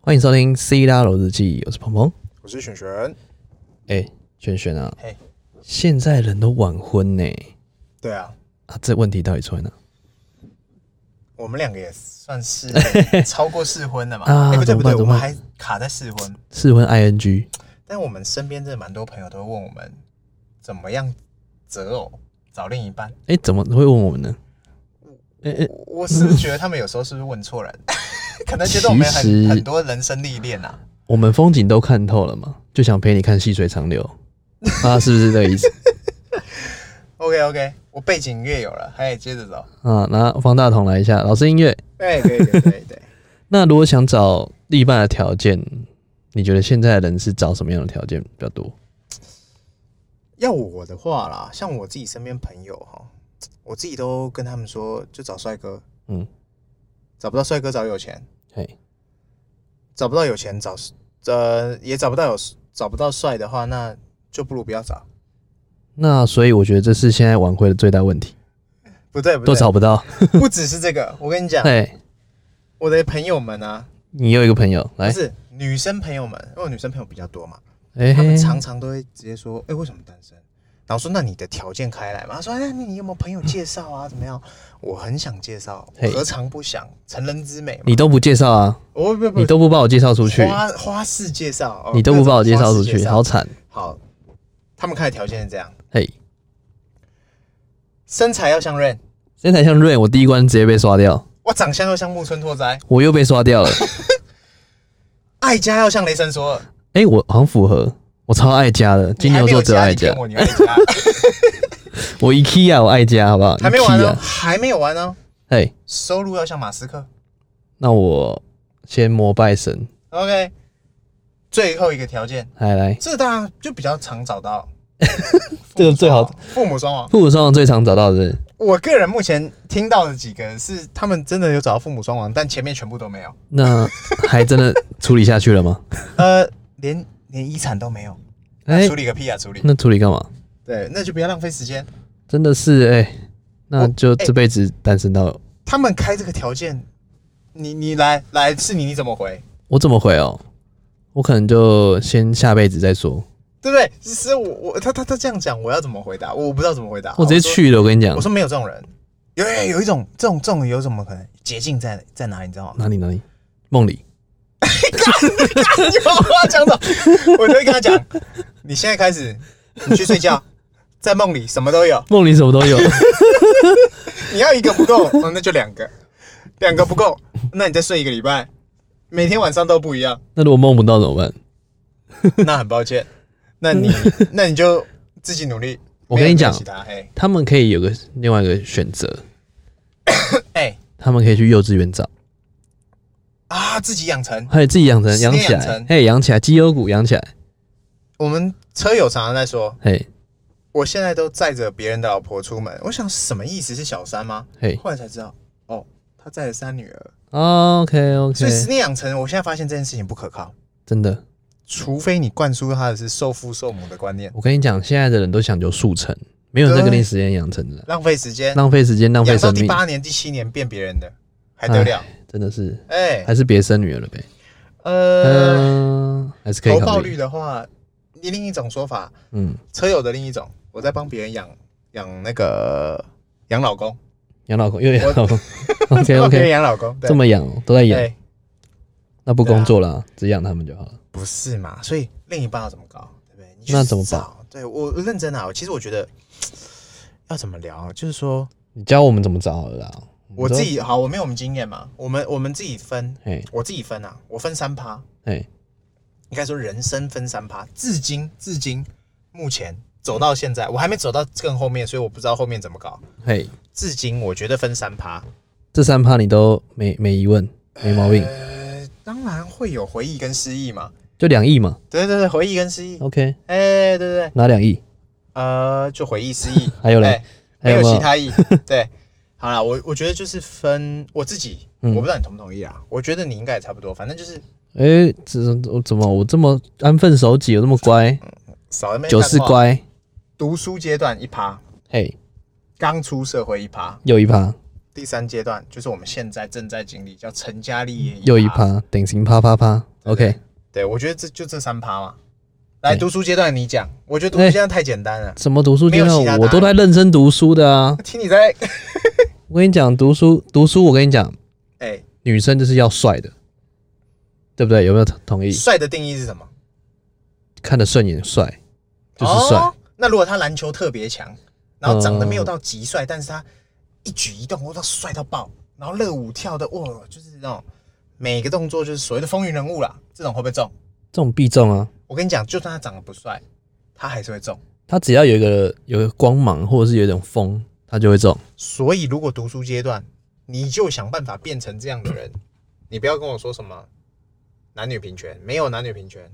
欢迎收听《C 大楼日记》，我是鹏鹏。我是璇璇。哎、轩轩啊，嘿现在人都晚婚呢、对啊，啊，这问题到底出在哪？我们两个也算是超过适婚的嘛。啊哎不对怎不么办对，我怎么们办还卡在适婚。适婚 ING 但我们身边真的蛮多朋友都会问我们，怎么样择偶找另一半？哎、怎么会问我们呢？哎、哎、我我是觉得他们有时候是不是问错人？ 可能觉得我们其很实很多人生历练啊。我们风景都看透了嘛，就想陪你看细水长 流啊，是不是这个意思？ OK OK，我背景音乐有了，嘿，接着走。 啊，那方大同来一下，老师音乐。哎，可以可以可以，对。那如果想找另一半的条件，你觉得现在的人是找什么样的条件比较多？要我的话啦，像我自己身边朋友哈，我自己都跟他们说，就找帅哥，嗯，找不到帅哥找有钱，嘿，找不到有钱找，呃，也找不到有找不到帅的话，那就不如不要找。那所以我觉得这是现在晚会的最大问题，不对不都对，找不哎到。不只是这个，我跟你讲，嘿，我的朋友们啊，你有一个朋友不来，是女生朋友们，因为我女生朋友比较多嘛，哎、他嘿们常常都会直接说，哎、为什么单身？然后说，那你的条件开来嘛？他说，哎，那你有没有朋友介绍啊？怎么样？我很想介绍，我嘿何尝不想？成人之美嘛。你都不介绍啊，我哦不不你都不把我介绍出去，花花式介绍，哦你都不把我介绍出各种花式去，介好惨。好，他们开的条件是这样：嘿，身材要像 Rain，身材像 Rain，我第一关直接被刷掉，我长相要像木村拓哉，我又被刷掉 了。爱家要像雷神索尔。哎、我好像符合，我超爱家的，金牛座只有爱家你还没有加你骗。我你爱家我 IKEA 我爱家，好不好？还没有 完哦， IKEA，还没有完哦。嘿，收入要像马斯克。那我先膜拜神， OK，最后一个条件，来来，。这个大家就比较常找到 这个最好父母双亡父父母双亡。母双亡最常找到的是我个人目前听到的几个是他们真的有找到父母双亡，但前面全部都没有，那还真的处理下去了 吗？呃，连连遗产都没有。哎、处理个屁啊，处理！那处理干嘛？对，那就不要浪费时间。真的是哎、那我就哎这辈子单身到、他们开这个条件，你你来来是你你怎么回？我怎么回哦？我可能就先下辈子再说，对不对？其实我我他他他这样讲，我要怎么回答？我我不知道怎么回答。我直接说。去了。啊我跟你讲我，说没有这种人，有有有一种这种这种有什么可能捷径在在哪里？你知 道吗？哪里哪里，梦里你把话讲走，我就会跟他讲，你现在开始，你去睡觉，在梦里什么都有，梦里什么都有。你要一个不够，哦那就两个，两个不够，那你再睡一个礼拜，每天晚上都不一样。 那如果梦不到怎么办？ 那很抱歉，那你那你就自己努力。我跟你讲没有其他嘿，他们可以有个另外一个选择，哎、他们可以去幼稚园找，啊，自己养成。还有自己养成实养验起养来成，嘿，养起来绩优股养起来，我们车友常常在说，嘿我现在都载着别人的老婆出门，我想什么意思？是小三吗？嘿后来才知道，哦，他载了三女儿。 ，OK 所 OK，以十年养成，我现在发现这件事情不可靠，真的，除非你灌输他的是受父受母的观念，我跟你讲，现在的人都想求速成，没有人在对给你时间养成的，浪费时间，浪费时间，浪费养到生第命，八年、第七年变别人的，还得了？真的是，哎、还是别生女儿了呗。呃，嗯、还是可以投考报虑率。的话，另一种说法，嗯，车友的另一种，我在帮别人养养那个养老公，养老公又养 老公，OK 帮别人 OK，养老公，对这么养哦都在养，对，啊那不工作啦，只养他们就好了。不是嘛？所以另一半要怎么搞，对不对？你去那怎么找？对我我认真啊，我其实我觉得要怎么聊，就是说你教我们怎么找好了啦？我们自说，己好，我没有我们经验嘛，我们我们自己分，哎我自己分啊，我分三趴，哎，应该说人生分三趴，至今至今目前走到现在，我还没走到更后面，所以我不知道后面怎么搞。嘿，至今我觉得分三趴，这三趴你都没没疑问，没毛病，呃，当然会有回忆跟失忆嘛。就两亿嘛对对对，回忆跟失忆。 ，OK，哎、对对对，拿两亿，呃，就回忆 失忆。还有嘞哎还没有有没有其他意。 对，好啦，我我觉得就是分我自己，嗯我不知道你同不同意啊。我觉得你应该也差不多，反正就是哎，怎我怎么我这么安分守己，我这么乖，少了没九四干话乖，读书阶段一趴，嘿，刚出社会一趴，又一趴，第三阶段就是我们现在正在经历，叫成家立业。又一，趴，典型啪啪啪。OK，对我觉得这就这三趴嘛。来，哎读书阶段你讲，我觉得读书哎阶段太简单了。什么读书阶没有其他答段案我都在认真读书的啊。听你在，我跟你讲，读书读书，我跟你讲，哎，女生就是要帅的，对不对？有没有同同意？帅的定义是什么？看得顺眼帅就是帅，哦。那如果他篮球特别强，然后长得没有嗯到极帅，但是他一举一动都到帅到爆，然后热舞跳的哇，就是那种每个动作就是所谓的风云人物啦，这种会不会中？这种必中啊。我跟你讲，就算他长得不帅，他还是会中。他只要有一个有一个光芒，或者是有一种风，他就会中。所以，如果读书阶段，你就想办法变成这样的人。你不要跟我说什么男女平权，没有男女平权，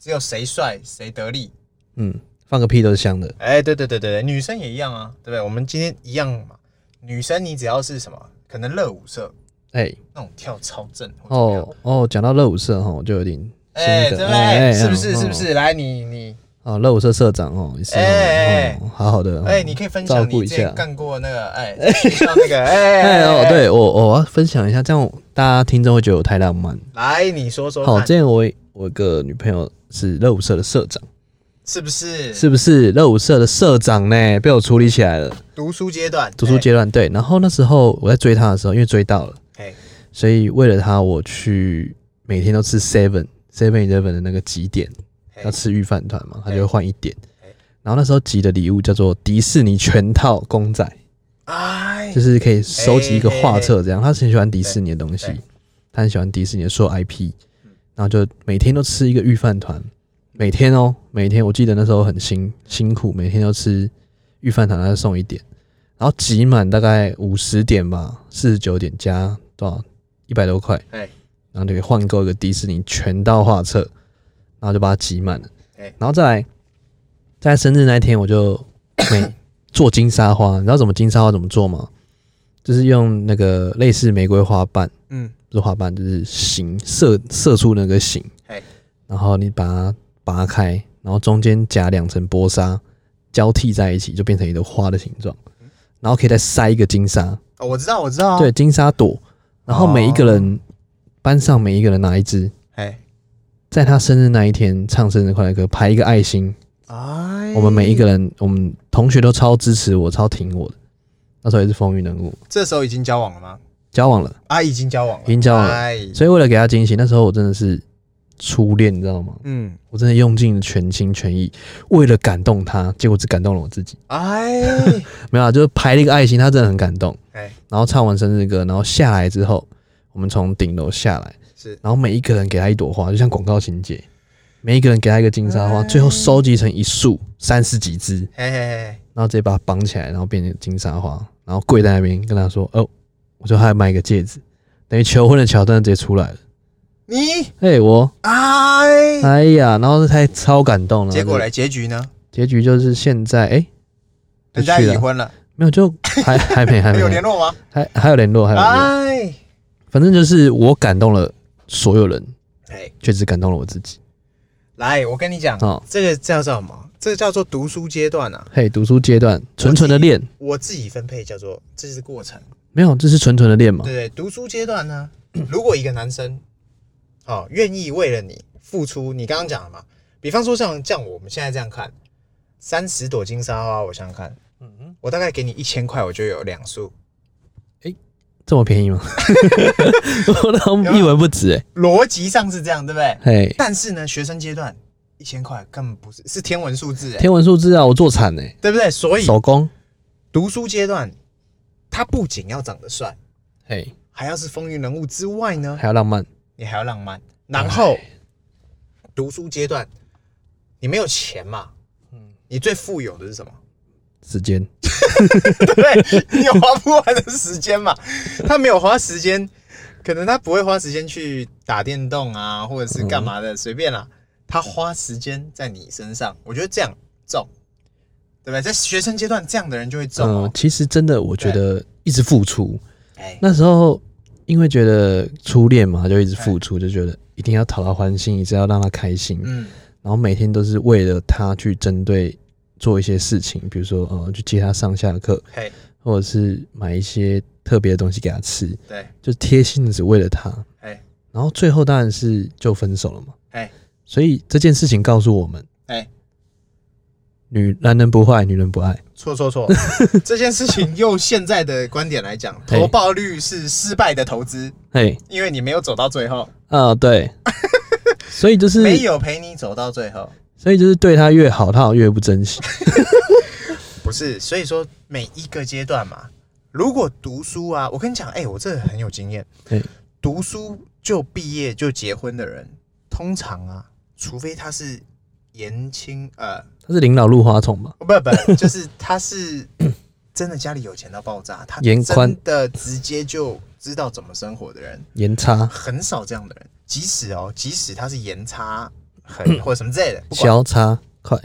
只有谁帅谁得利。嗯，放个屁都是香的。哎、对对对对对，女生也一样啊，对不对？我们今天一样嘛。女生你只要是什么，可能热舞社哎、那种跳超正或怎么样哦哦，讲到热舞社哈，就有点哎、心对得不对？是不嗯是？是不？是？来，你你哦，热舞社社长哦，也是哎哎哦，哦好好的。哦哎、你可以分照享顾你一之下前。干过那个 哎，学校那个哎哎哦，，对我我要分享一下，这样大家听众会觉得我太浪漫。来你说说好，看，之前我我有个女朋友是热舞社的社长，是不是？是不是？热舞社的社长呢，被我处理起来了。读书阶段，读书阶段对，然后那时候我在追她的时候，因为追到了，哎，哎所以为了她，我去每天都吃 Seven Seven Eleven 的那个几点。哎要吃预饭团嘛，他就会换一点哎。然后那时候集的礼物叫做迪士尼全套公仔，哎就，是可以收集一个画册这样。他是很喜欢迪士尼的东西对对，他很喜欢迪士尼的所有 IP，然后就每天都吃一个预饭团，每天哦，每天我记得那时候很辛辛苦，每天都吃预饭团，他就送一点，然后集满大概五十点吧，四十九点加多少一百多块，哎，然后就可以换购一个迪士尼全套画册，然后就把它集满了。哎然后再来，在生日那一天，我就 每做金沙花，你知道怎么金沙花怎么做吗？就是用那个类似玫瑰花瓣，嗯，不是花瓣，就是形射射出那个形哎，然后你把它拔开，然后中间夹两层薄纱交替在一起，就变成一朵花的形状，然后可以再塞一个金沙，哦我知道，我知道，对，，金沙朵，然后每一个人、班上每一个人拿一支，哎，在他生日那一天唱生日快乐歌，排一个爱心。哎，我们每一个人，我们同学都超支持我，超挺我的。那时候也是风云人物，这时候已经交往了吗？交往了，啊，已经交往了，已经交往了哎，所以为了给他惊喜，那时候我真的是初恋，你知道吗？嗯，我真的用尽全心全意，为了感动他，结果只感动了我自己。哎，没有啊，就是排了一个爱心，他真的很感动。 哎，然后唱完生日歌，然后下来之后，我们从顶楼下来，是然后每一个人给他一朵花，就像广告情节，每一个人给他一个金沙花，最后收集成一束三十几支，嘿嘿嘿，然后直接把它绑起来，然后变成金沙花，然后跪在那边跟他说：“哦，我说还卖一个戒指，等于求婚的桥段直接出来了。你哎，我哎，哎呀，然后他超感动了。结果然后嘞，结局呢？就，结局就是现在哎，就人家去已了婚了，没有就还还没还没 有联络吗？还还有联络，还有联络，哎，反正就是我感动了所有人，哎，却只感动了我自己。来，我跟你讲哦，这个叫做什么？这个叫做读书阶段啊。嘿，读书阶段纯纯的恋，我自己分配叫做这是过程，没有，这是纯纯的恋嘛对？不对？读书阶段 呢，如果一个男生，哦，愿意为了你付出，你刚刚讲了嘛，比方说像像我们现在这样看，三十朵金沙花，我想想看，嗯，我大概给你一千块，我就有两束，这么 便宜吗？ 我那啊一文不值哎、逻辑上是这样，对不对？嘿，但是呢，学生阶段一千块根本不是是天文数字，哎，天文数字啊，我做惨哎、对不对？所以手工，读书阶段，他不仅要长得帅，嘿，还要是风云人物之外呢，还要浪漫，你还要浪漫。然后读书阶段，你没有钱嘛？嗯你最富有的是什么？时间，对不对，你有花不完的时间嘛？他没有花时间，可能他不会花时间去打电动啊，或者是干嘛的，随便啦、他花时间在你身上，我觉得这样重，对不对？在学生阶段，这样的人就会重、嗯、哦。其实真的，我觉得一直付出，哎、那时候因为觉得初恋嘛，就一直付出，就觉得一定要讨他欢心，一直要让他开心，嗯，然后每天都是为了他去针对做一些事情，比如说呃去接他上下课，嘿，或者是买一些特别的东西给他吃，对，就贴心的只为了他。哎然后最后当然是就分手了嘛。哎所以这件事情告诉我们，哎，女男人不坏，女人不爱。错错 错，这件事情用现在的观点来讲，嘿投报率是失败的投资，嘿，因为你没有走到最后，啊，对， 所以就是，没有陪你走到最后。所以就是对他越好，他好像越不珍惜。不是，所以说每一个阶段嘛，如果读书啊，我跟你讲，哎、我这很有经验对，读书就毕业就结婚的人，通常啊，除非他是言轻呃，哦他是领导入花丛嘛？不不， 就是他是真的家里有钱到爆炸，他严宽真的直接就知道怎么生活的人，盐差、很少这样的人。即使哦，即使他是盐差很或者什么之类的，不管小差、快，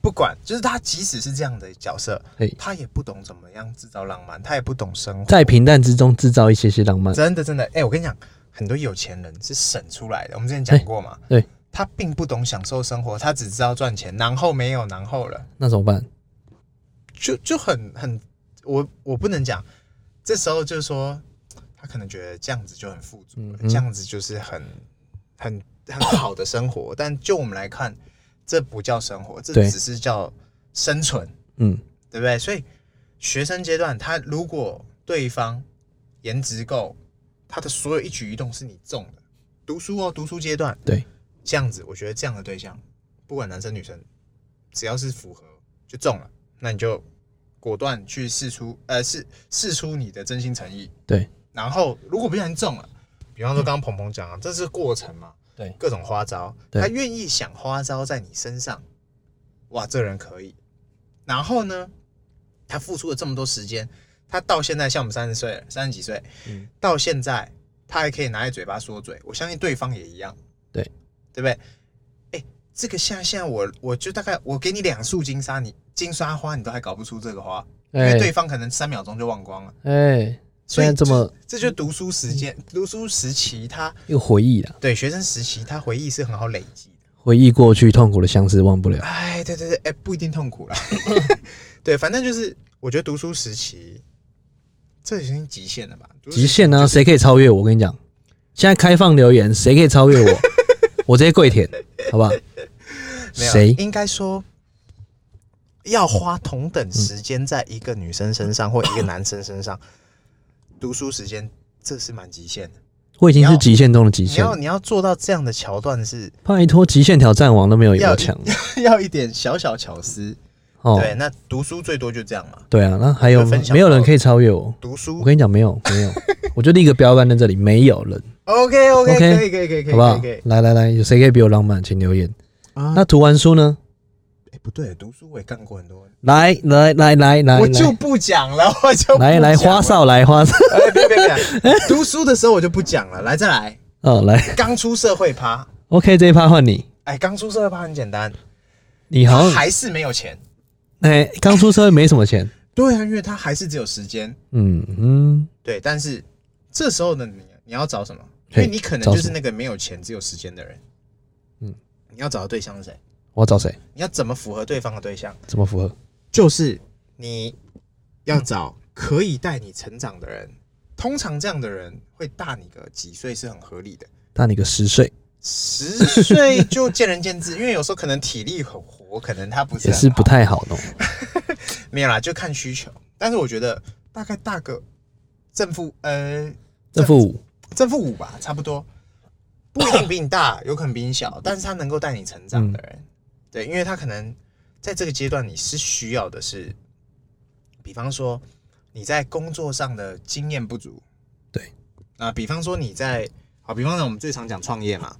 不管，就是他即使是这样的角色嘿，他也不懂怎么样制造浪漫，他也不懂生活。在平淡之中制造一些些浪漫。真的真的，哎、我跟你讲，很多有钱人是省出来的。我们之前讲过嘛，对对他并不懂享受生活，他只知道赚钱，然后没有然后了，那怎么办？就就很很，我我不能讲，这时候就是说，他可能觉得这样子就很富足嗯了，哼这样子就是很很很好的生活。但就我们来看，这不叫生活，这对只是叫生存。嗯，对不对？所以学生阶段，他如果对方颜值够，他的所有一举一动是你中的。读书哦，读书阶段，对，这样子，我觉得这样的对象，不管男生女生，只要是符合就中了，那你就果断去试出，呃，试试出你的真心诚意。对，然后如果不小心中了，比方说刚刚鹏鹏讲啊，这是过程嘛，对各种花招，对他愿意想花招在你身上，哇，这人可以。然后呢，他付出了这么多时间，他到现在像我们三十岁了，三十几岁，嗯到现在他还可以拿在嘴巴说嘴，我相信对方也一样，对对不对？哎，这个像现在我我就大概我给你两束金沙，你金沙花你都还搞不出这个花，因为对哎方可能三秒钟就忘光了。哎，所虽以然这么这就读书时间，读书时期他一个回忆啦，对学生时期他回忆是很好累积的。回忆过去痛苦的相思忘不了。哎，对对对，哎，不一定痛 苦啦。对，反正就是我觉得读书时期，这已经极限了吧？读书时极限呢、啊谁可以超越我？我跟你讲，现在开放留言，谁可以超越 我？我直接跪舔，好不好？没有谁应该说要花同等时间在一个女生身上或一个男生 身上，读书时间这是蛮极限的。我已经你是要极限中的极你限要。你要做到这样的桥段是 拜托，极限挑战王都没有要我强啊要一点小小巧思。哦。 对，那读书最多就这样嘛。对啊，那还有有分享没有人到可以超越我？读我书跟你讲，没有，没 有，我就立个标杆在这里，没有人， ，OK OK， OK，可以可以可以可以，好不好可以可以？来来来，有谁可以比我浪漫，请留言。啊，那读完书呢？哎不对，读书我也干过很多，来来来来来，我就不讲了，我就不来来来讲了花，少来花 少，哎，别别别，读书的时候我就不讲了，来再来，哦来刚出社会趴， ，OK 这一趴换你，哎，刚出社会趴很简单，你好他像还是没有钱。哎刚出社会没什么钱，对啊，因为他还是只有时间。嗯嗯，对，但是这时候的你，你要找什么？因嘿为你可能找就什是么那个没有钱只有时间的人。嗯，你要找的对象是谁？我要找谁？你要怎么符合对方的对象？怎么符合？就是你要找可以带你成长的人。通常这样的人会大你个几岁是很合理的。大你个十岁十岁就见仁见智，因为有时候可能体力很活，可能他不是啊也是很好不太好哦弄，没有啦，就看需求。但是我觉得大概大个正负呃这负五，正负五吧，差不多，不一定比 你大，有可能比你小，但是他能够带你成长的人，嗯对，因为他可能在这个阶段你是需要的是，比方说你在工作上的经验不足，对，啊、比方说你在好，比方说我们最常讲创业嘛，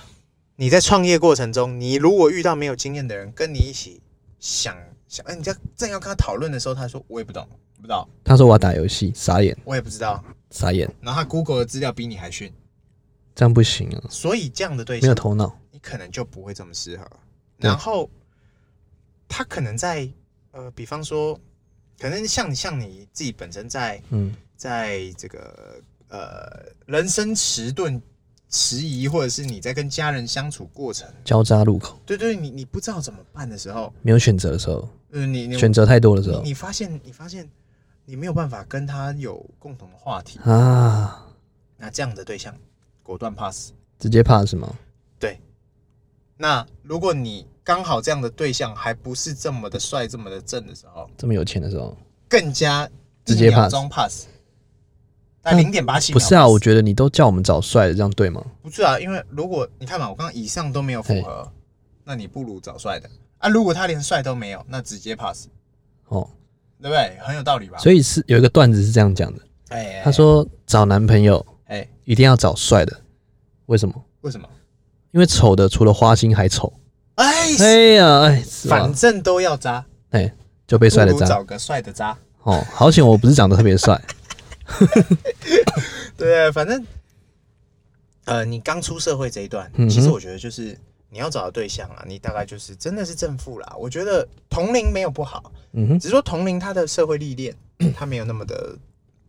你在创业过程中，你如果遇到没有经验的人跟你一起想想，哎、你在正要跟他讨论的时候，他说我也不懂，我不知道，他说我要打游戏，傻眼我也不知道，傻眼，然后他 Google 的资料比你还逊，这样不行啊，所以这样的对没有象。头脑，你可能就不会这么适合。对然后他可能在呃，比方说，可能像像你自己本身在嗯，在这个呃人生迟钝迟疑，或者是你在跟家人相处过程，交叉路口，对对，你你不知道怎么办的时候，没有选择的时候，嗯、你你选择太多的时你候，你发现你发现你没有办法跟他有共同的话题，啊，那这样的对象果断 pass。直接 pass 吗？那如果你刚好这样的对象还不是这么的帅、这么的正的时候，这么有钱的时候，更加直接一秒 pass 钟 pass，那但零点八七不是啊？我觉得你都叫我们找帅的，这样对吗？不是啊，因为如果你看嘛，我刚刚以上都没有符合，那你不如找帅的啊。如果他连帅都没有，那直接 pass，哦，对不对？很有道理吧？所以是有一个段子是这样讲的，哎，他说找男朋友哎、一定要找帅的，为什么？为什么？因为丑的除了花心还丑。哎，哎呀，哎，是吧反？正都要渣，哎，就被帅的不如渣找个帅的渣。哦，好险我不是长得特别 帅，对，啊反正呃，你刚出社会这一段，嗯哼其实我觉得就是你要找的对象啊，你大概就是真的是正负啦。我觉得同龄没有不好，嗯哼，只是说同龄他的社会历练，他没有那么的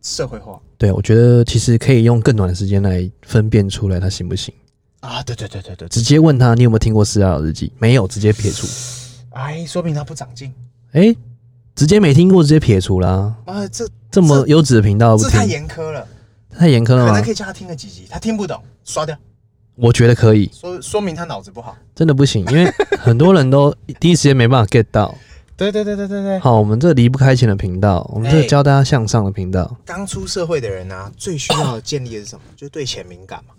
社会化对，我觉得其实可以用更短的时间来分辨出来他行不行。啊。对对对对对，直接问他你有没有听过《斯拉尔日记》？没有，直接撇除。哎，说明他不长进哎、直接没听过，直接撇除啦。啊，这这么优质的频道不这太听，严苛了，太严苛了可能吗可？以叫他听个几集，他听不懂刷掉，我觉得可以，说说明他脑子不好。真的不行， 因为很多人都第一时间没办法 get 到。对对对对对对，好，我们这离不开钱的频道，我们这哎教大家向上的频道刚出社会的人啊，最需要建立的是什么？就是对钱敏感嘛。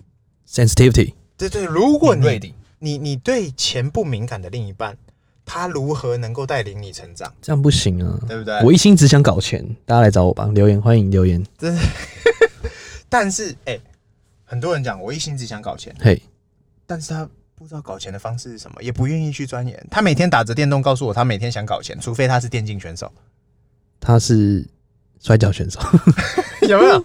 ，sensitivity。对对，如果你敏锐地你你对钱不敏感的另一半，他如何能够带领你成长？这样不行啊！对不对我一心只想搞钱，大家来找我吧，留言欢迎留言。但是，哎、很多人讲我一心只想搞钱，嘿、但是他不知道搞钱的方式是什么，也不愿意去钻研。他每天打着电动告诉我，他每天想搞钱，除非他是电竞选手， 他是摔跤选手， 有没有？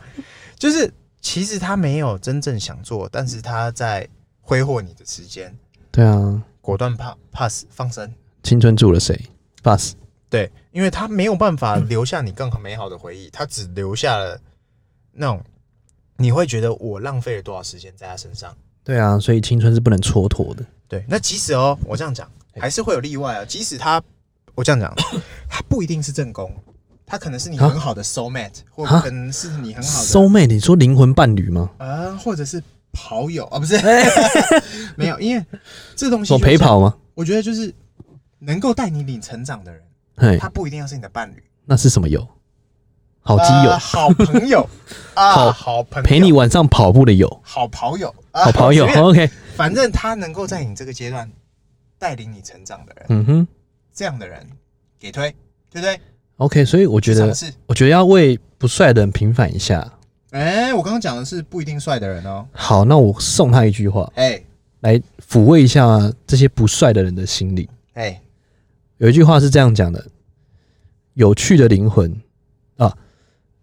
就是其实他没有真正想做，但是他在挥霍你的时间，对啊，果断 pa- pass 放生。青春住了谁？Bus，对，因为他没有办法嗯留下你更美好的回忆，他只留下了那种你会觉得我浪费了多少时间在他身上。对啊，所以青春是不能蹉跎的。对，那即使哦，我这样讲还是会有例外啊。即使他，我这样讲，他不一定是正宫，他可能是你啊很好的 soul mate，或啊可能是你很好的收妹，你说灵魂伴侣吗？啊、或者是跑友啊，不是， 没有，因为这东西什么就是陪，跑吗？我觉得就是能够带你领成长的人，嘿，他不一定要是你的伴侣。那是什么友？好基友啊，好 朋友啊，好好朋友，陪你晚上跑步的友，好跑友，啊好朋友。随便 OK，反正他能够在你这个阶段带领你成长的人，嗯哼这样的人给推，对不对？ ，OK。所以我觉去得尝，试。我觉得要为不帅的人平反一下。哎，我刚刚讲的是不一定帅的人哦。好，那我送他一句话，哎来抚慰一下这些不帅的人的心理。哎，有一句话是这样讲的：有趣的灵魂啊，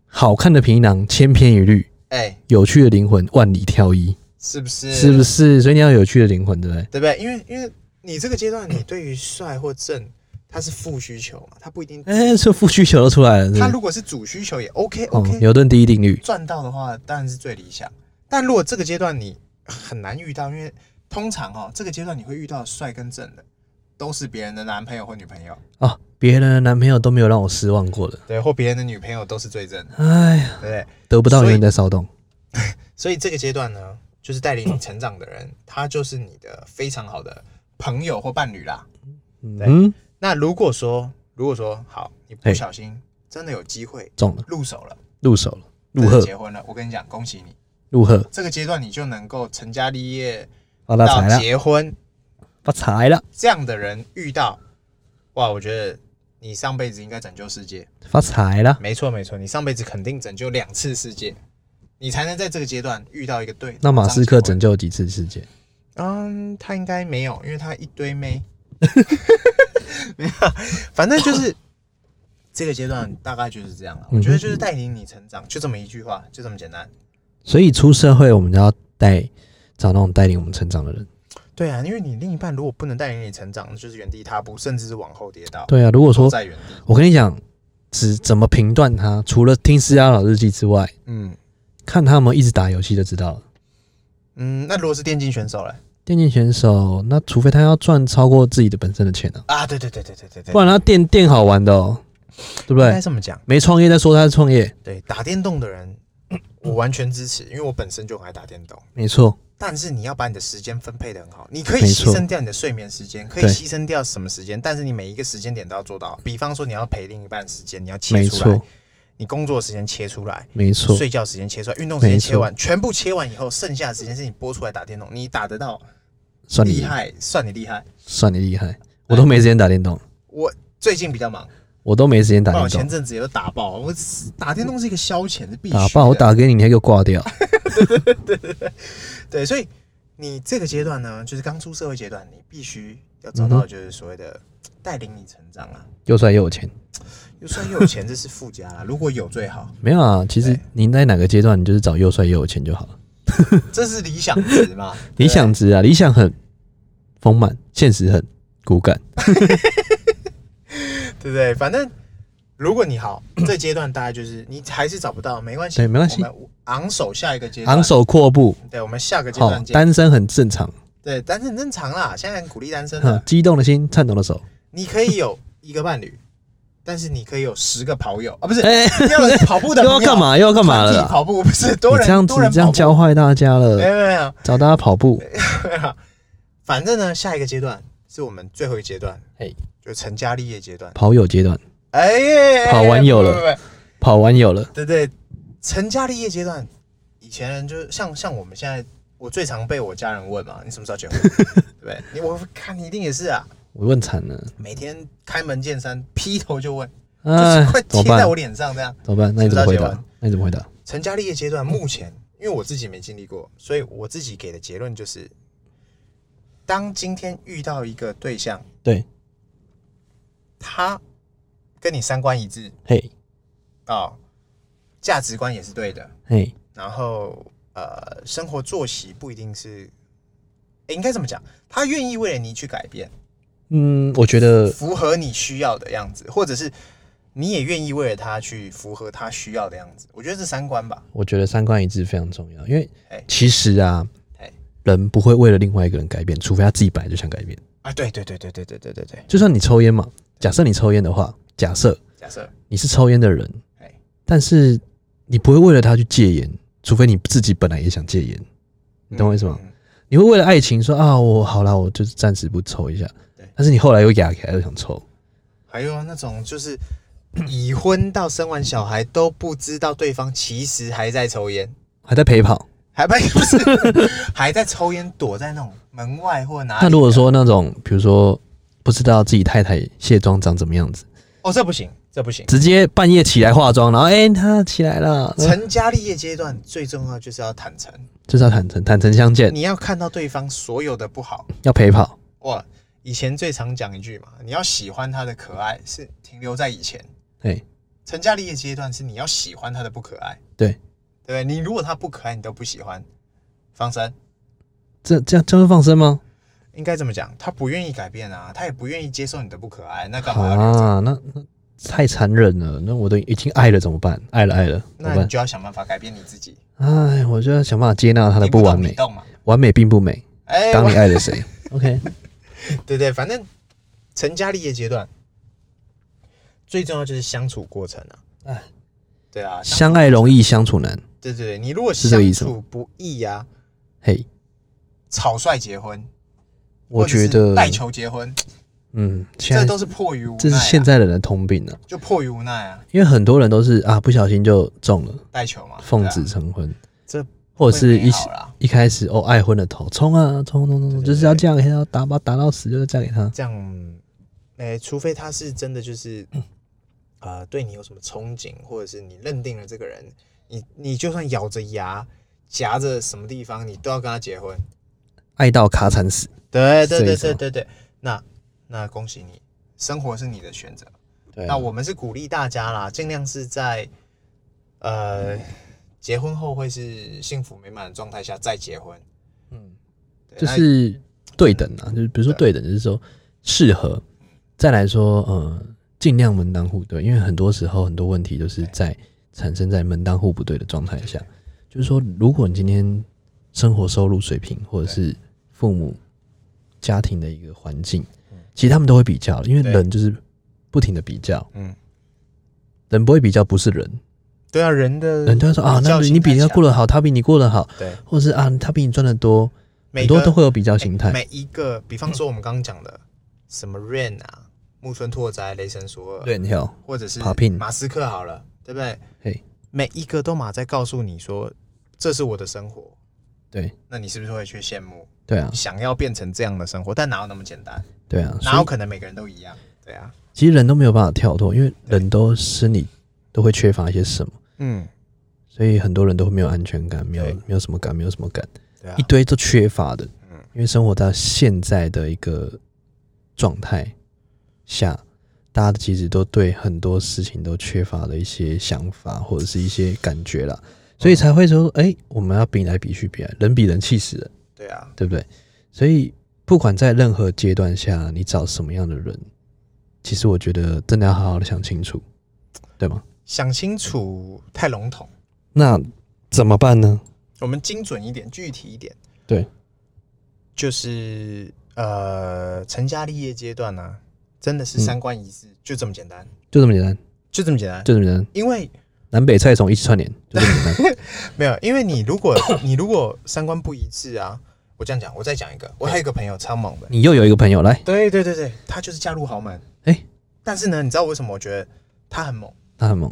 好看的皮囊千篇一律，哎，有趣的灵魂万里挑一，是不是？是不是？是？所以你要有趣的灵魂，对不对？对不对？因为因为你这个阶段，你对于帅或正，他是负需求嘛，他不一定。哎、这副需求都出来了。是不是嗯他如果是主需求也 OK 哦 OK，，牛顿第一定律。赚到的话，当然是最理想。但如果这个阶段你很难遇到，因为通常哦，这个阶段你会遇到帅跟正的，都是别人的男朋友或女朋友，啊，别人的男朋友都没有让我失望过的。对，或别人的女朋友都是最正的，哎呀，对不对？得不到所永以远在骚动。所以这个阶段呢，就是带领你成长的人，他就是你的非常好的朋友或伴侣啦。对嗯，那如果说，如果说好，你不嘿小心真的有机会中了，入手了，入手了，真入的贺，结婚了，我跟你讲，恭喜你，入贺，这个阶段你就能够成家立业发大财到了，结婚，发财了，这样的人遇到，哇，我觉得你上辈子应该拯救世界。发财了。没错没错，你上辈子肯定拯救两次世界，你才能在这个阶段遇到一个对。那马斯克拯救？救几次世界？嗯，他应该没有，因为他一堆妹。 没有，反正就是这个阶段大概就是这样嗯了。我觉得就是带领你成长，就这么一句话，就这么简单。所以出社会，我们就要带找那种带领我们成长的人。对啊，因为你另一半如果不能带领你成长，那就是原地踏步，甚至是往后跌倒，对啊，如果坐说在原地。我跟你讲，只怎么评断他，除了听斯拉老日记之外，嗯看他们一直打游戏就知道了。嗯，那如果是电竞选手嘞？电竞选手，那除非他要赚超过自己的本身的钱啊，啊，对对对对对对对，不然他电电好玩的哦，对不应该对？这么讲。没创业在说他是创业，对，打电动的人，我完全支持，因为我本身就很爱打电动。没错，但是你要把你的时间分配的很好，你可以没牺错牲掉你的睡眠时间，可以对牺牲掉什么时间，但是你每一个时间点都要做到。比方说，你要陪另一半时间，你要切没出来错，，你工作时间切出来，没错，睡觉时间切出来，运动时间没错切完，全部切完以后，剩下的时间是你拨出来打电动，你打得到嗯算你厉，害，哎算你厉害。算你厉害。我都没时间打电动，我最近比较忙，我都没时间打不然我电前动，啊阵子也有打爆，我打电动是一个消遣，是必须打的。爆我打给你，你还给我挂 掉。对，所以你这个阶段呢，就是刚出社会阶段，你必须要找嗯到就是所谓的带领你成长啊。又帅又有钱，又帅又有钱，这是附加啦。如果有最好，没有啊？其实对您在哪个阶段，你就是找又帅又有钱就好了。这是理想值嘛？ 理想值啊，理想很丰满，现实很骨感。对不对？反正如果你好，这阶段大概就是你还是找不到，没关系，对没关系我们昂首下一个阶段，昂，首阔步，对，我们下个阶好段，见。单身很正常。对，单身正常啦，现在很鼓励单身哼的，，激动的心，颤抖的手。你可以有一个伴侣，但是你可以有十个跑友啊，不是，哎，要有跑步的又朋要友干？嘛？又要干嘛了团体啦？跑步不是你多人这样子多人这样跑步哎教坏大家没了，有没有找大家跑步。没有，反正呢，下一个阶段是我们最后一阶段，嘿就成家立业阶段。跑友阶段，哎耶，跑完友了不，不不跑完有了，对对，成家立业阶段，以前人就是像像我们现在，我最常被我家人问嘛，你什么时候 结婚？对不对？你我看你一定也是啊，我问惨了，每天开门见山，劈头就问，就是哎快，怎贴么办在？我脸上这样。怎么办？那你怎么回知道结答完？那你怎么回答？成家立业阶段，目前因为我自己没经历过，所以我自己给的结论就是，当今天遇到一个对象，对，他跟你三观一致嘿，啊，价、值观也是对的，嘿，然后呃，生活作息不一定是，诶应该怎么讲？他愿意为了你去改变，嗯，我觉得符合你需要的样子，或者是你也愿意为了他去符合他需要的样子。我觉得这三观吧，我觉得三观一致非常重要，因为哎其实啊哎，人不会为了另外一个人改变，除非他自己本来就想改变。啊，对对对对对对对对对，就算你抽烟嘛，假设你抽烟的话，假设假设你是抽烟的人哎，但是你不会为了他去戒烟，除非你自己本来也想戒烟，你懂我意思吗？嗯嗯你会为了爱情说啊，我好啦，我就是暂时不抽一下对，但是你后来又哑起来又想抽，还有啊那种就是 已婚到生完小孩都不知道对方其实还在抽烟，还在陪跑。还不不是 还在抽烟，躲在那种门外或哪里的。那如果说那种，比如说不知道自己太太卸妆长怎么样子，哦，这不行，这不行。直接半夜起来化妆，然后哎、她起来了，呃成家立业阶段最重要就是要坦诚，就是要坦诚，坦诚相见，你要看到对方所有的不好。要陪跑，哇，以前最常讲一句嘛，你要喜欢他的可爱是停留在以前，对成家立业阶段是你要喜欢他的不可爱，对，对不对？你如果他不可爱，你都不喜欢，方生。这这样这样会放生吗？应该怎么讲？他不愿意改变啊，他也不愿意接受你的不可爱，那干嘛要留着？啊，那那太残忍了，那我都已经爱了怎么办？爱了爱了怎么那你办？就要想办法改变你自己。哎，我就要想办法接纳她的你不完懂你美，动嘛？完美并不美。哎、当我你爱了 谁，OK，对对，反正成家立业阶段，最重要就是相处过程啊。哎对啊，相相爱容易相处难，对对对，你如果是这个相意思吗处不易啊，嘿、草率结婚，我觉或者是得，带球结婚，嗯，现这在都是迫于无奈、啊，这是现在的人的通病啊，就迫于无奈啊，因为很多人都是啊不小心就中了带球嘛，奉对子啊成婚，这或者是会美一好啊啦一开始哦爱昏了头，冲啊冲冲冲冲，对就是要嫁给他，要打把打到死就是嫁给他，这样，哎、除非他是真的就是， 呃，对你有什么憧憬，或者是你认定了这个人，你你就算咬着牙夹着什么地方，你都要跟他结婚。爱到卡惨死。对对是这意对对思吗对对，那那恭喜你，生活是你的选择。对那我们是鼓励大家啦，尽量是在嗯呃结婚后会是幸福美满的状态下再结婚。嗯，对就那是对等啊，就是比如说对等，就是说适合，再来说呃尽量门当户对，因为很多时候很多问题都是在产生在门当户不对的状态下，就是说如果你今天生活收入水平或者是父母家庭的一个环境嗯，其实他们都会比较，因为对人就是不停的比较，嗯，人不会比较，不是人，对啊，人的人就会说啊，那较性你比人家太过强得好，他比你过得好，对，或者是啊，他比你赚的多，每很多个都会有比较心态。每一个，比方说我们刚刚讲的什么 Rain 啊、木村拓哉、雷神索尔，对，你好，或者是 Papin 马斯克好了，对不对？嘿，每一个都马在告诉你说，这是我的生活，对，那你是不是会去羡慕，对啊，想要变成这样的生活？但哪有那么简单？对啊，哪所有以可能每个人都一样？对啊，其实人都没有办法跳脱，因为人都心里都会缺乏一些什么，嗯，所以很多人都会没有安全感，没有对没有什么感，没有什么感，对啊一，堆都缺乏的。嗯因为生活到现在的一个状态下，大家其实都对很多事情都缺乏了一些想法或者是一些感觉啦，所嗯以才会说，哎、我们要比来比去比来，人比人气死人，对啊，对不对？所以不管在任何阶段下，你找什么样的人，其实我觉得真的要好好的想清楚，对吗？想清楚太笼统，那怎么办呢？我们精准一点，具体一点，对，就是呃，成家立业阶段呢、啊真嗯的是三观一致，就这么简单，就这么简单，就这么简单，就这么简单，因为南北菜虫一起串联，就这么简单。 没有，因为你如果 你如果三观不一致啊，我这样讲，我再讲一个，我还有一个朋友超猛的，你又有一个朋友来，对对对对，他就是嫁入豪门，哎但是呢，你知道为什么我觉得他很猛？他很猛，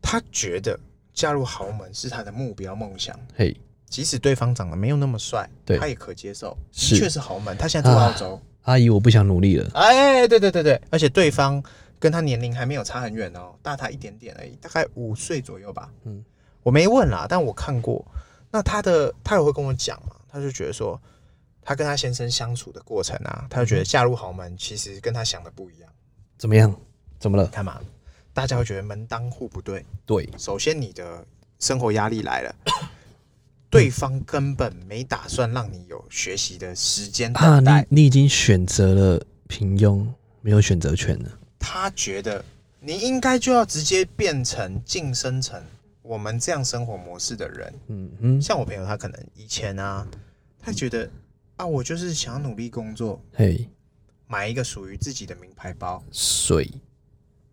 他觉得嫁入豪门是他的目标梦想，嘿。即使对方长得没有那么帅，对他也可接受，是啊的确是豪门，他现在住澳洲，阿姨，我不想努力了。哎，对对对对，而且对方跟他年龄还没有差很远哦，大他一点点而已，大概五岁左右吧。嗯嗯，我没问啦，但我看过。那他的他也会跟我讲嘛，他就觉得说，他跟他先生相处的过程啊，他就觉得嫁入豪门其实跟他想的不一样。怎么样？怎么了？看嘛，大家会觉得门当户不对。对，首先，你嗯的生活压力来了，对方根本没打算让你有学习的时间啊，等你待。你已经选择了平庸，没有选择权了。他觉得你应该就要直接变成晋升成我们这样生活模式的人。嗯嗯，像我朋友，他可能以前啊，他觉得啊，我就是想要努力工作，嘿，买一个属于自己的名牌包，水，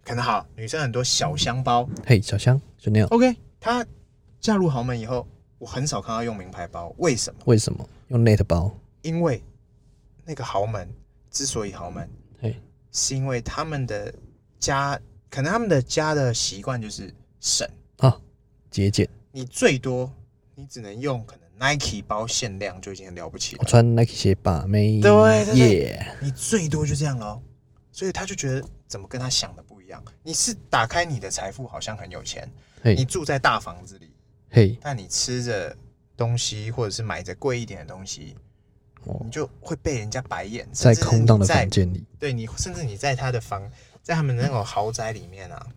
可能好，女生很多小香包。嘿，小香就那样。 OK，她嫁入豪门以后，我很少看她用名牌包，为什么？为什么用 net 包？因为那个豪门之所以豪门，嘿，是因为他们的家，可能他们的家的习惯就是省。啊，节俭，你最多你只能用可能 Nike 包限量就已经很了不起我了，穿 Nike 鞋把妹。对对对耶，你最多就这样喽。所以他就觉得怎么跟他想的不一样。你是打开你的财富，好像很有钱，你嘿住在大房子里，嘿，但你吃着东西或者是买着贵一点的东西，哦你，就会被人家白眼。在甚至是空荡的你在房间里对你，甚至你在他的房，在他们那种豪宅里面啊，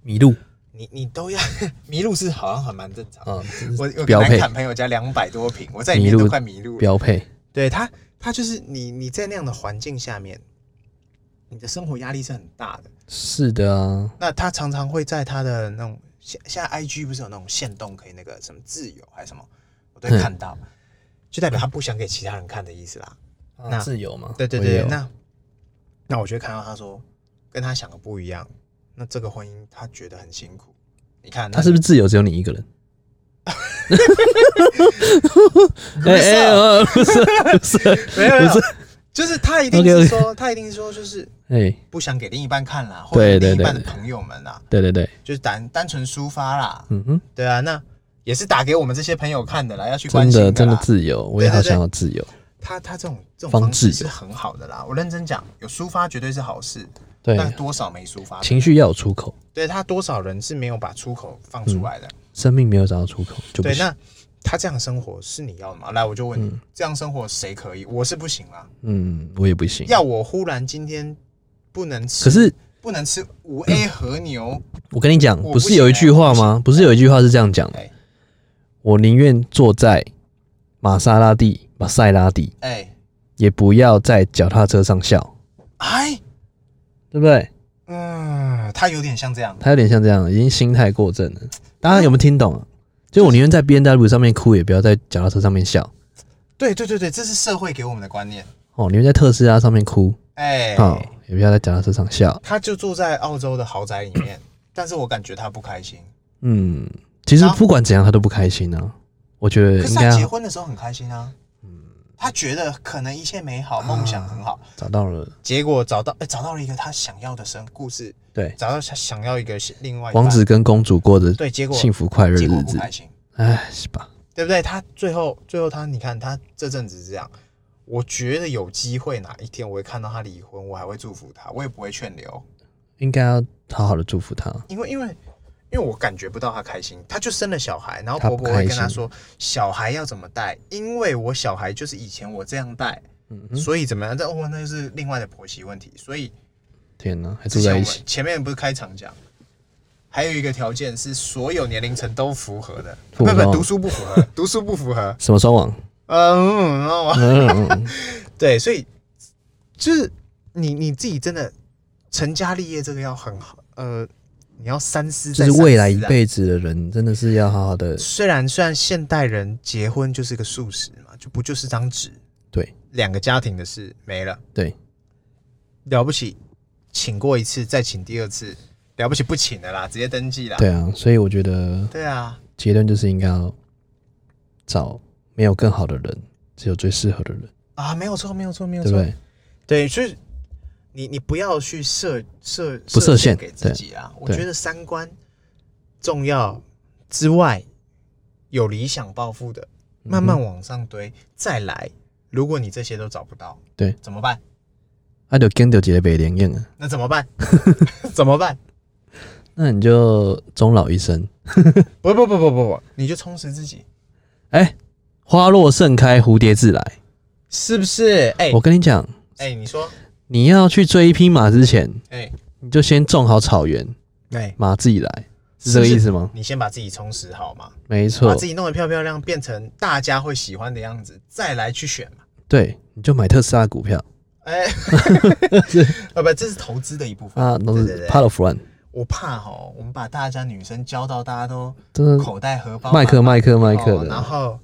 迷路你你都要 迷路是好像很蛮正常的。啊，我我标配南坎朋友家两百多平，我在里面迷路都快迷路了。标配。对他，他就是你你在那样的环境下面，你的生活压力是很大的。是的啊，那他常常会在他的那种现现在 IG 不是有那种限动可以那个什么自由还是什么，我都会看到，就代表他不想给其他人看的意思啦。那自由嘛。对对我也对，有那那我就会看到他说跟他想的不一样，那这个婚姻他觉得很辛苦。你看他是不是自由只有你一 个人？是啊哎哎，呃不是不是，没有没有，就是他一 定 OK，OK 是说他一定是说就是哎，不想给另一半看啦，或对者对另一半的对对朋友们啦。对对对，就是单单纯抒发啦，嗯哼。对啊，那也是打给我们这些朋友看的啦，要去关真心的啦真的自由，我也好想要自由。他他这种这种方方自式由是很好的啦，我认真讲，有抒发绝对是好事，对，但多少没抒发，情绪要有出口，对他多少人是没有把出口放出来的，生命没有找到出口嗯就不对，行。那他这样的生活是你要的吗？来，我就问你，这样生活谁可以？我是不行啦，嗯，我也不行。要我忽然今天不能吃，可是不能吃五 A 和牛， 我跟你讲，我不不啊是有一句话吗？不是有一句话是这样讲的哎：我宁愿坐在玛莎拉蒂、玛莎拉蒂，哎也不要在脚踏车上笑，哎，对不对？嗯，他有点像这样，他有点像这样，已经心态过正了。大家有没有听懂啊？就我宁愿在 B N W 上面哭，也不要在脚踏车上面笑。对对对对，这是社会给我们的观念，哦，宁愿在特斯拉上面哭，哎、哦哦，也不要在脚踏车上笑。 他就住在澳洲的豪宅里面，但是我感觉他不开心。嗯，其实然后不管怎样，他都不开心啊。我觉得应可是该他结要婚的时候很开心啊，他觉得可能一切美好，梦想很好，找到了，结果找到哎、找到了一个他想要的生故事，对，找到他想要一个另外一半王子跟公主过着哎对，结果幸福快乐的结果日不子，开心，哎，是吧？对不对？他最后最后他你看他这阵子这样，我觉得有机会哪一天我会看到他离婚，我还会祝福他，我也不会劝留，应该要好好的祝福他。因为因为。因为我感觉不到他开心，他就生了小孩，然后他婆不婆会跟开他心说，小孩要怎么带，因为我小孩就是以前我这样带，嗯哼，所以怎么样？这哦，那就是另外的婆媳问题。所以天哪，还住之在前我一们起，前面不是开场讲，还有一个条件是所有年龄层都符合的，符不合不，读书不符合，读书不符合。 什么时候网？嗯，然后嗯嗯嗯 对，所以就是你你自己真的成家立业这个要很好，呃，你要三思就再三是思、啊。未来一辈子的人，真的是要好好的。虽然虽然现代人结婚就是个素食嘛，就不就是张纸，对，两个家庭的事没了，对，了不起，请过一次再请第二次，了不起不请了啦，直接登记啦。对啊，所以我觉得对啊，结论就是应该要找没有更好的人，只有最适合的人，啊，没有错，没有错，没有对不错，对？对，就是你你不要去设设不设限给自己啊。我对觉得三观重要之外，有理想抱负的，慢慢往上堆，再来。如果你这些都找不到，嗯对，怎么办？那啊就跟着姐北联姻啊，那怎么 办？怎么办？那你就终老一生。不不不不不不，你就充实自己，哎、花落盛开，蝴蝶自来。是不是？哎、我跟你讲，哎、你说，你要去追一匹马之前，哎、你就先种好草原，哎、马自己来，是是这不个是意思吗？你先把自己充实好嘛，没把错自，己弄得漂漂亮，变成大家会喜欢的样子，再来去选嘛。对，你就买特斯拉股票 哎、啊 不，这是投资的一部分。啊，都对对是对 part of one，我怕哈，我们把大家女生教到大家都真的口袋荷包满麦克麦克麦满克哦然的后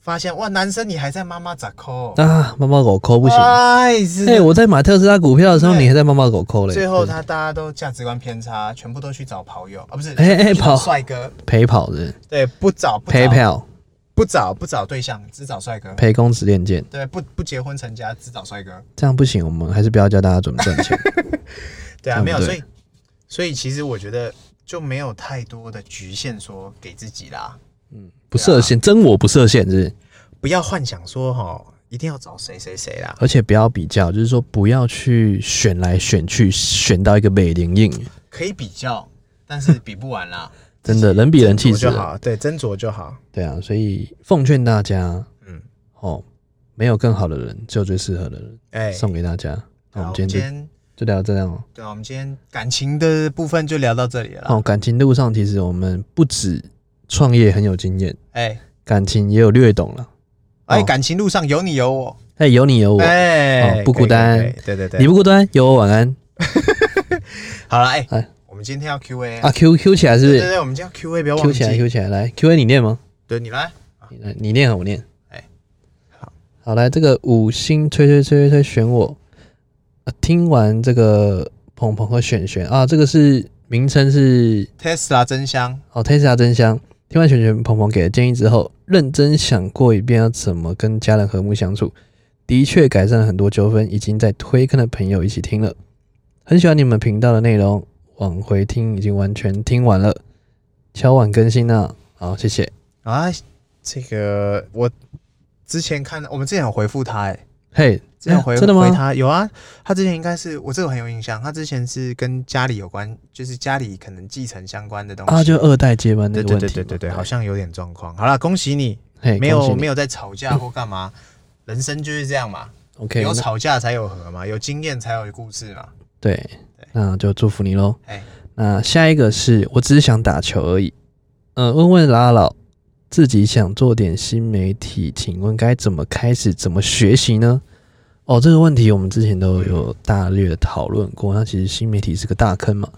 发现哇，男生你还在妈妈咋扣？啊，妈妈狗抠不行。哎，是哎，我在买特斯拉股票的时候，对你还在妈妈狗抠嘞。最后他大家都价值观偏差，全部都去找跑友啊，不是？哎哎去找跑帅哥，陪跑的对，不找不陪找跑不找不找对象，只找帅哥，陪公子练剑，对，不不结婚成家，只找帅哥，这样不行，我们还是不要教大家怎么赚 啊钱。对对啊，不没有，对所以所以其实我觉得就没有太多的局限说给自己啦，不设限，真我不设限，是不是？不要幻想说哈，一定要找谁谁谁啦，而且不要比较，就是说不要去选来选去，选到一个美玲硬，可以比较，但是比不完啦， 真的人比人气斟酌死就了。好，对，斟酌就好，对啊，所以奉劝大家，嗯，哦，没有更好的人，只有最适合的人，哎、送给大家。那我们好，我今们今天天就就聊到这样哦。对啊，我们今天感情的部分就聊到这里了啦，哦，感情路上其实我们不止创业很有经验，哎、感情也有略懂了。哎，哦感情路上有你有我，哎，有你有我，哎，哦不孤单可以，可以可以对对对，你不孤单，有我晚安好了，哎、哎我们今天要 Q A 啊。Q Q 起来是不对对是对，我们今天要 Q A，不要忘？Q 记。起来，Q 起来，来 Q A 你念吗？对你来，你来，你念，我念。哎好，好来，这个五星吹吹吹吹吹选我。啊听完这个鹏鹏和选选啊，这个是名称是 Tesla 真香，哦 Tesla 真香。听完选选鹏鹏给的建议之后，认真想过一遍要怎么跟家人和睦相处，的确改善了很多纠纷。已经在推坑的朋友一起听了，很喜欢你们频道的内容，往回听已经完全听完了，敲碗更新啦、好，谢谢。啊，这个我之前看，我们之前有回复他、哎，嘿，之前有回、哎真的吗回他有啊，他之前应该是我这个很有印象，他之前是跟家里有关，就是家里可能继承相关的东西。啊，就二代接班那对个对问题哎对嘛，对对对，好像有点状况。好了，恭喜你，嘿，没有没有有在吵架或干嘛，人生就是这样嘛， ，OK，有那吵架才有和嘛，有经验才有故事嘛。对，那就祝福你喽。哎那下一个是我只是想打球而已，嗯、问问拉老自己想做点新媒体，请问该怎么开始，怎么学习呢？哦，这个问题我们之前都有大略的讨论过。那其实新媒体是个大坑嘛，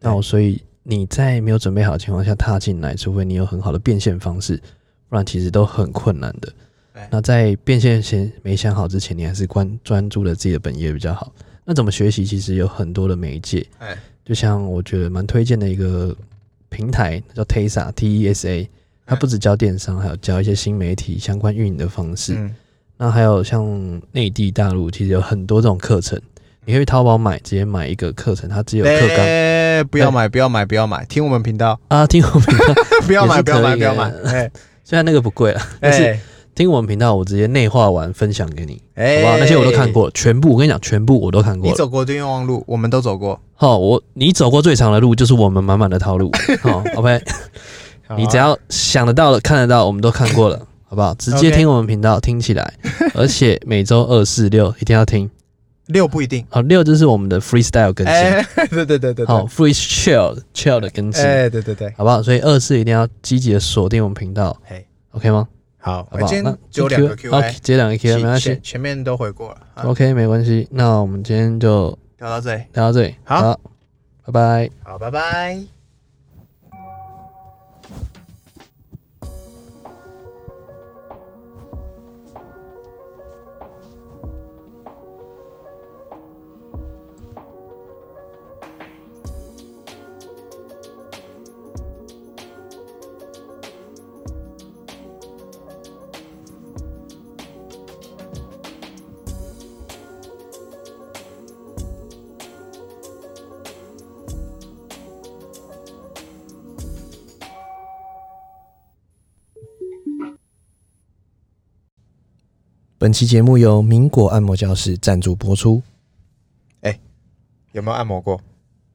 那我所以你在没有准备好的情况下踏进来，除非你有很好的变现方式，不然其实都很困难的对。那在变现前没想好之前，你还是关专注了自己的本业比较好。那怎么学习？其实有很多的媒介，哎就像我觉得蛮推荐的一个平台，叫 Tesa T E S A，它不只教电商，还有教一些新媒体相关运营的方式。嗯那还有像内地、大陆，其实有很多这种课程，嗯你可以去淘宝买，直接买一个课程，它只有课纲哎，不要买，不要买，不要买，听我们频道，啊。听我们 频道，不要 也买，是不要可买，以不要买，的哎虽然那个不贵啊，但是哎听我们频道，我直接内化完分享给你，哎好不好？那些我都看，过，全部我跟你讲，全部我都看过你了。走过的冤枉路，我们都走过。好，我你走过最长的路，就是我们满满的套路。 好，OK，你只样要想得到的、看得到，我们都看过 了，好不好？直接 OK 听我们频道，听起 来，而且每周二、四、六一定要听。六不一定，好，六就是我们的 freestyle 更新，哎， 对对对对，好对， ，free chill chill 的更新，哎，对对对，好不好？所以二四一定要积极的锁定我们频道哎，OK 吗？好，好我不好？今那天只有两个 Q- 好 Q&A，只有两个 Q，没关系前前面都回过了，啊，OK，没关系。那我们今天就聊到这里，聊到这里，好，拜拜。好，拜拜。本期节目由民国按摩教室赞助播出。有没有按摩过？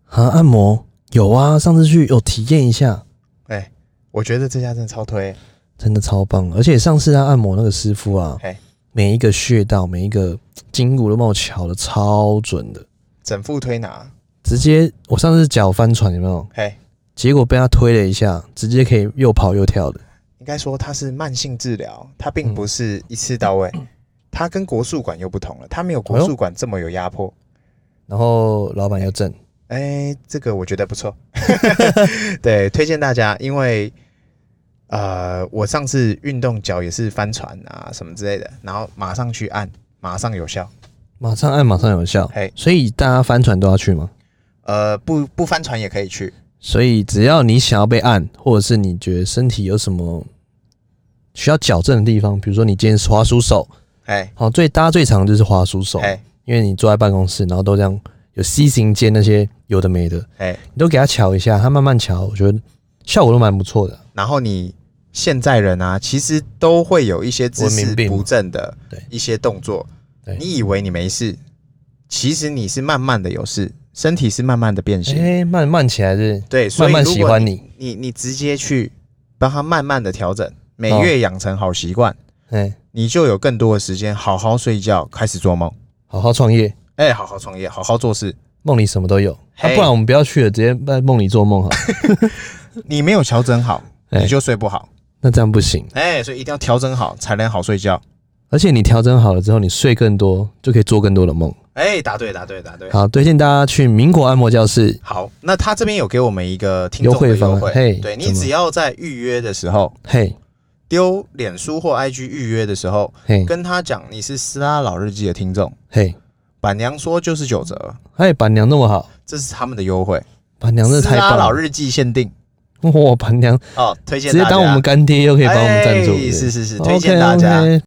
啊，按摩有啊，上次去有体验一下，哎，我觉得这家真的超推，真的超棒。而且上次他按摩那个师傅啊嘿，每一个穴道、每一个筋骨都帮我瞧的超准的，整副推拿，直接我上次脚翻船有没有？嘿，结果被他推了一下，直接可以又跑又跳的。应该说它是慢性治疗，它并嗯不是一次到位。它跟国术馆又不同了，它没有国术馆这么有压迫。然后老板又正，哎、这个我觉得不错， 对，推荐大家，因为呃，我上次运动脚也是翻船啊什么之类的，然后马上去按，马上有效。马上按，马上有效嘿。所以大家翻船都要去吗？呃，不不翻船也可以去，所以只要你想要被按，或者是你觉得身体有什么需要矫正的地方，比如说你今天是滑鼠手，哎好，最搭最长的就是滑鼠手，哎因为你坐在办公室，然后都这样有 C 型肩那些有的没的，哎，你都给它瞧一下，它慢慢瞧，我觉得效果都蛮不错的。然后你现在人啊，其实都会有一些姿文势明病嘛不正的对一些动作对，你以为你没事，其实你是慢慢的有事，身体是慢慢的变形。哎、慢慢起来是对，所以慢慢如喜果欢你，你你直接去帮他慢慢的调整，每哦月养成好习惯，哎、你就有更多的时间好好睡觉，开始做梦，好好创业，哎、好好创业，好好做事。梦里什么都有。啊嘿，不然我们不要去了，直接在梦里做梦好了。 你没有调整好，哎你就睡不好，那这样不行，哎、所以一定要调整好才能好睡觉。而且你调整好了之后，你睡更多，就可以做更多的梦。哎、答对，答对，答对。好，推荐大家去民国按摩教室，好，那他这边有给我们一个听众优惠的优方惠案，嘿对你怎么只要在预约的时候嘿，丢脸书或 IG 预约的时候，嘿，跟他讲你是斯拉老日记的听众，嘿，板娘说就是九折，哎，板娘那么好，这是他们的优惠。板娘真的斯太拉棒老了，日记限定哇，板娘啊哦，推直荐接大家当我们干爹，又可以帮我们赞助，哎是是是推荐大家 OK，OK